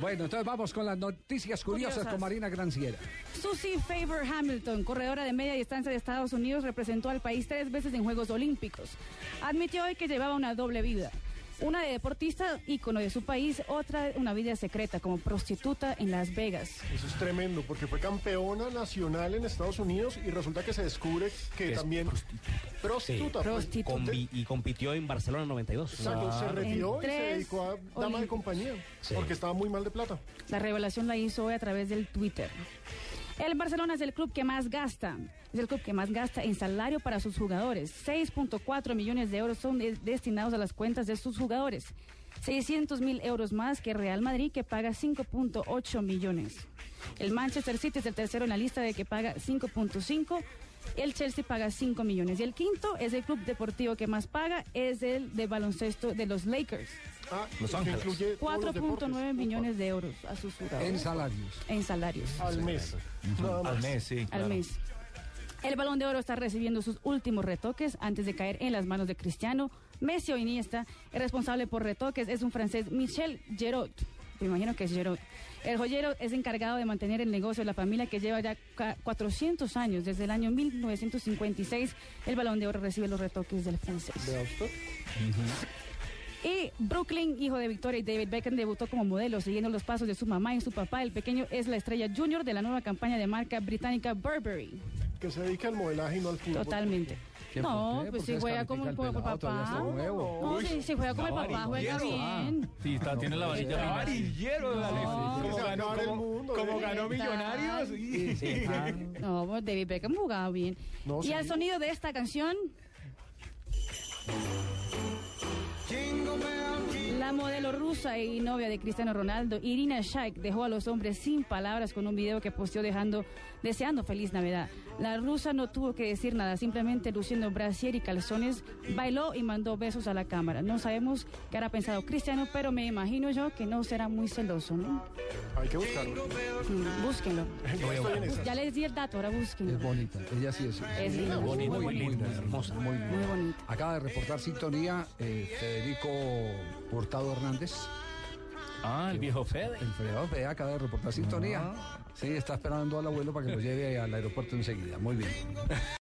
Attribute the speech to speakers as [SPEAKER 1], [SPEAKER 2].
[SPEAKER 1] Bueno, entonces vamos con las noticias curiosas,
[SPEAKER 2] Curiosas.
[SPEAKER 1] con Marina Granciera.
[SPEAKER 2] Susie Favor Hamilton, corredora de media distancia de Estados Unidos, representó al país tres veces en Juegos Olímpicos. Admitió hoy que llevaba una doble vida. Una de deportista, ícono de su país, otra una vida secreta como prostituta en Las Vegas.
[SPEAKER 3] Eso es tremendo, porque fue campeona nacional en Estados Unidos y resulta que se descubre que también prostituta. pues,
[SPEAKER 2] Prostituta.
[SPEAKER 4] Combi- y compitió en Barcelona 92.
[SPEAKER 3] exacto, se retiró y se
[SPEAKER 2] tres
[SPEAKER 3] dedicó a dama de
[SPEAKER 2] Olímpicos.
[SPEAKER 3] compañía, porque estaba muy mal de plata.
[SPEAKER 2] La revelación la hizo hoy a través del Twitter. El Barcelona es el club que más gasta, es el club que más gasta en salario para sus jugadores. 6.4 millones de euros son eh, destinados a las cuentas de sus jugadores. 600 mil euros más que Real Madrid que paga 5.8 millones. El Manchester City es el tercero en la lista de que paga 5.5. El Chelsea paga 5 millones. Y el quinto es el club deportivo que más paga, es el de baloncesto de los Lakers.
[SPEAKER 3] Ah, eso incluye todos los deportes.
[SPEAKER 2] 4.9 millones de euros a sus
[SPEAKER 1] En
[SPEAKER 2] jugadores
[SPEAKER 1] salarios.
[SPEAKER 2] en salarios
[SPEAKER 3] al mes. Nada más.
[SPEAKER 2] al mes. El balón de oro está recibiendo sus últimos retoques antes de caer en las manos de Cristiano. Messi o Iniesta, el responsable por retoques es un francés, Michel Gerot. Me imagino que es Gerot. El joyero es encargado de mantener el negocio de la familia que lleva ya ca- 400 años. Desde el año 1956, el balón de oro recibe los retoques del francés.
[SPEAKER 1] Vea usted.
[SPEAKER 2] Y Brooklyn, hijo de Victoria y David Beckham, debutó como modelo siguiendo los pasos de su mamá y su papá. El pequeño es la estrella junior de la nueva campaña de marca británica Burberry.
[SPEAKER 3] Que se dedica al modelaje y no al fútbol.
[SPEAKER 2] Totalmente.
[SPEAKER 1] ¿Qué,
[SPEAKER 2] No,
[SPEAKER 1] por qué?
[SPEAKER 2] pues
[SPEAKER 1] ¿Por
[SPEAKER 2] si
[SPEAKER 1] qué
[SPEAKER 2] juega como el
[SPEAKER 1] descalifica al
[SPEAKER 2] como
[SPEAKER 1] pelado? Todavía
[SPEAKER 2] el
[SPEAKER 1] está
[SPEAKER 2] papá.
[SPEAKER 1] nuevo.
[SPEAKER 2] No, si, si juega como el papá, juega bien.
[SPEAKER 5] Sí, está, tiene la varilla fina.
[SPEAKER 1] Ah,
[SPEAKER 3] Como ganó, el mundo. ¿eh?
[SPEAKER 2] Millonarios. No, pues, David Beckham jugaba bien.
[SPEAKER 3] No,
[SPEAKER 2] y
[SPEAKER 3] sí.
[SPEAKER 2] al sonido de esta canción. La modelo rusa y novia de Cristiano Ronaldo, Irina Shayk, dejó a los hombres sin palabras con un video que posteó dejando, deseando feliz Navidad. La rusa no tuvo que decir nada, simplemente luciendo brasier y calzones, bailó y mandó besos a la cámara. No sabemos qué hará pensado Cristiano, pero me imagino yo que no será muy celoso, ¿no?
[SPEAKER 3] Hay que buscarlo.
[SPEAKER 2] Mm, Búsquenlo.
[SPEAKER 3] No estoy en esas.
[SPEAKER 2] Ya les di el dato, ahora búsquenlo.
[SPEAKER 1] Es bonita. Ella sí es.
[SPEAKER 2] Es linda,
[SPEAKER 1] muy,
[SPEAKER 2] muy
[SPEAKER 1] muy
[SPEAKER 2] bonita.
[SPEAKER 1] linda, hermosa. Muy,
[SPEAKER 2] Muy bonita.
[SPEAKER 1] Acaba de reportar sintonía eh, Federico Hurtado Hernández.
[SPEAKER 5] Ah, el viejo Fede.
[SPEAKER 1] El fregado Fede acaba de reportar sintonía. Sí, está esperando al abuelo para que lo lleve al aeropuerto enseguida. Muy bien.